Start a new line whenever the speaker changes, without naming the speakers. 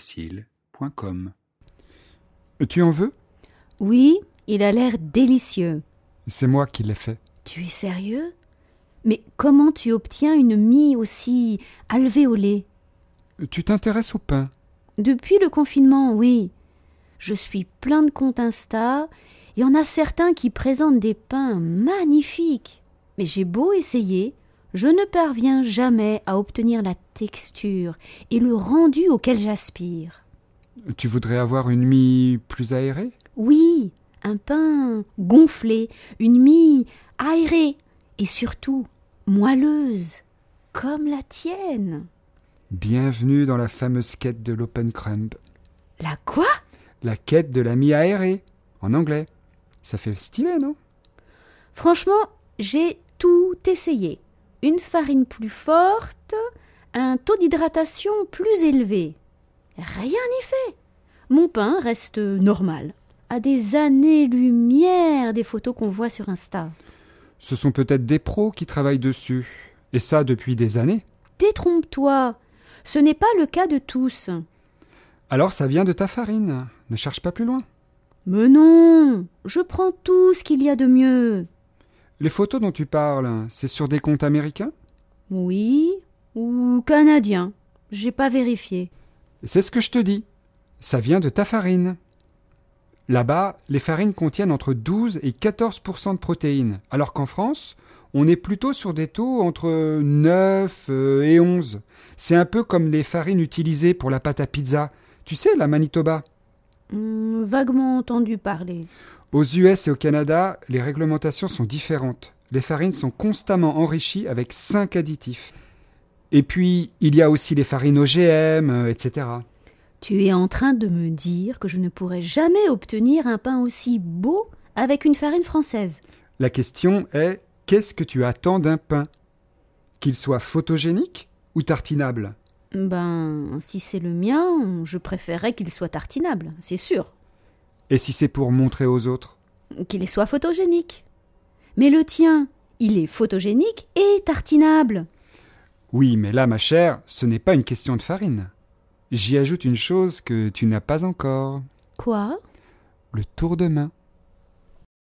podcastfrancaisfacile.com. Tu en veux
Oui, il a l'air délicieux.
C'est moi qui l'ai fait.
Tu es sérieux Mais comment tu obtiens une mie aussi alvéolée
Tu t'intéresses au pain
Depuis le confinement, oui. Je suis plein de comptes Insta. Il y en a certains qui présentent des pains magnifiques. Mais j'ai beau essayer, je ne parviens jamais à obtenir la texture et le rendu auquel j'aspire.
Tu voudrais avoir une mie plus aérée
Oui, un pain gonflé, une mie aérée et surtout moelleuse, comme la tienne.
Bienvenue dans la fameuse quête de l'Open Crumb.
La quoi
La quête de la mie aérée, en anglais. Ça fait stylé, non
Franchement, j'ai tout essayé. Une farine plus forte, un taux d'hydratation plus élevé. Rien n'y fait. Mon pain reste normal, à des années-lumière des photos qu'on voit sur Insta.
Ce sont peut-être des pros qui travaillent dessus, et ça depuis des années.
Détrompe-toi, ce n'est pas le cas de tous.
Alors ça vient de ta farine, ne cherche pas plus loin.
Mais non, je prends tout ce qu'il y a de mieux.
Les photos dont tu parles, c'est sur des comptes américains
Oui, ou canadien, j'ai pas vérifié.
C'est ce que je te dis, ça vient de ta farine. Là-bas, les farines contiennent entre 12 et 14 de protéines, alors qu'en France, on est plutôt sur des taux entre 9 et 11. C'est un peu comme les farines utilisées pour la pâte à pizza. Tu sais, la Manitoba.
Hum, vaguement entendu parler.
Aux US et au Canada, les réglementations sont différentes. Les farines sont constamment enrichies avec 5 additifs. Et puis, il y a aussi les farines OGM, etc.
Tu es en train de me dire que je ne pourrais jamais obtenir un pain aussi beau avec une farine française.
La question est qu'est-ce que tu attends d'un pain Qu'il soit photogénique ou tartinable
Ben, si c'est le mien, je préférerais qu'il soit tartinable, c'est sûr.
Et si c'est pour montrer aux autres
Qu'il soit photogénique. Mais le tien, il est photogénique et tartinable.
Oui, mais là, ma chère, ce n'est pas une question de farine. J'y ajoute une chose que tu n'as pas encore
Quoi
le tour de main.